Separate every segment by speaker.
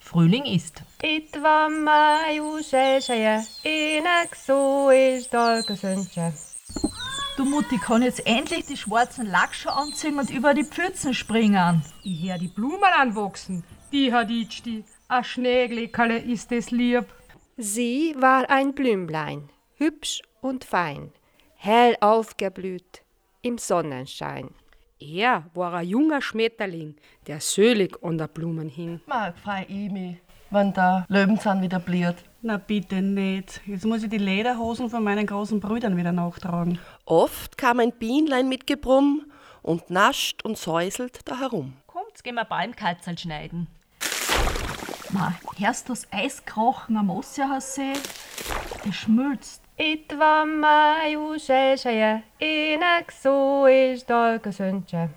Speaker 1: Frühling ist.
Speaker 2: Etwa Maiuselsche, enak so ist Dolgesönche.
Speaker 3: Du Mutti kann jetzt endlich die schwarzen Lackschuhe anziehen und über die Pfützen springen.
Speaker 4: Ich hör die Blumen anwachsen. Die hat ich die. A Schneeglickerle ist es lieb.
Speaker 5: Sie war ein Blümlein, hübsch und fein, hell aufgeblüht im Sonnenschein.
Speaker 6: Er war ein junger Schmetterling, der sölig an der Blumen hing.
Speaker 7: Mag frei ich mich, wenn der Löwenzahn wieder bliert.
Speaker 8: Na bitte nicht. Jetzt muss ich die Lederhosen von meinen großen Brüdern wieder nachtragen.
Speaker 9: Oft kam ein Bienlein mit Gebrumm und nascht und säuselt da herum.
Speaker 1: Kommt's, gehen wir Balmkatzerl schneiden.
Speaker 3: Ma, hörst du das Eis krochen am Ossiachersee? Es schmilzt.
Speaker 2: Etwa Maiuselsche, enak so ist Dolgesönche.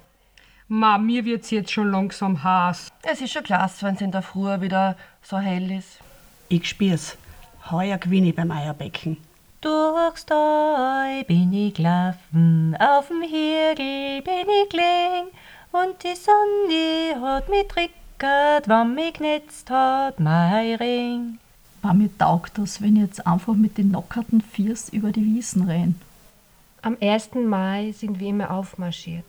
Speaker 4: Ma, mir wird's jetzt schon langsam heiß.
Speaker 7: Es ist schon klasse, wenn's in der Früh wieder so hell ist.
Speaker 8: Ich spür's. Heuer gewinne ich beim Eierbecken.
Speaker 10: Durchs Tal bin ich gelaufen, auf'm Hügel bin ich gelegen und die Sonne hat mich trickert, wann mich genetzt hat mein Ring.
Speaker 3: War mir taugt das, wenn ich jetzt einfach mit den nockerten Viers über die Wiesen renn.
Speaker 5: Am 1. Mai sind wir immer aufmarschiert.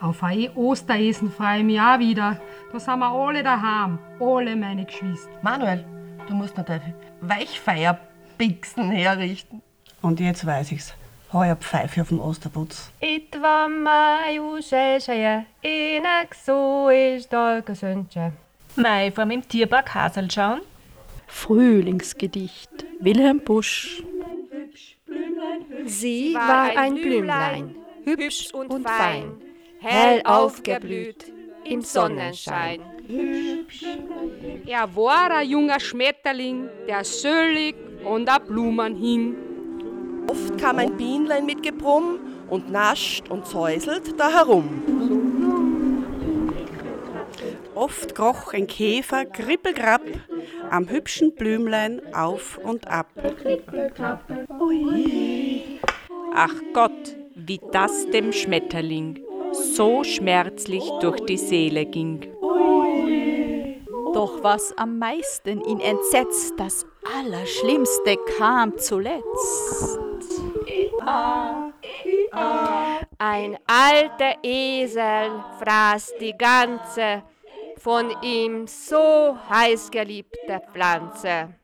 Speaker 4: Auf ein E Osteressen freue ich mich auch wieder. Da sind wir alle daheim, alle meine Geschwister.
Speaker 7: Manuel, du musst mir deine Weichfeierpixen herrichten.
Speaker 8: Und jetzt weiß ich's. Heuer pfeife ich auf dem Osterputz.
Speaker 2: Etwa Maiuselsche, enak so ist Dolgesönche.
Speaker 1: Mai, vor im Tierpark Hasel schauen?
Speaker 11: Frühlingsgedicht Wilhelm Busch.
Speaker 5: Sie war ein Blümlein, hübsch und fein, hell aufgeblüht im Sonnenschein.
Speaker 6: Er war ein junger Schmetterling, der sölig an der Blumen hing.
Speaker 9: Oft kam ein Bienlein mit Gebrumm und nascht und säuselt da herum.
Speaker 8: Oft kroch ein Käfer krippelgrapp am hübschen Blümlein auf und ab.
Speaker 12: Ach Gott, wie das dem Schmetterling so schmerzlich durch die Seele ging.
Speaker 11: Doch was am meisten ihn entsetzt, das Allerschlimmste kam zuletzt.
Speaker 5: Ein alter Esel fraß die ganze von ihm so heiß geliebte Pflanze.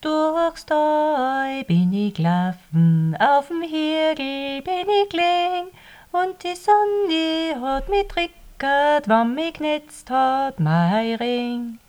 Speaker 10: Durchs Tal bin ich gelaufen, auf'm Hügel bin ich gelegen und die Sonne hat mich trickert, wann mich genetzt hat mein Ring.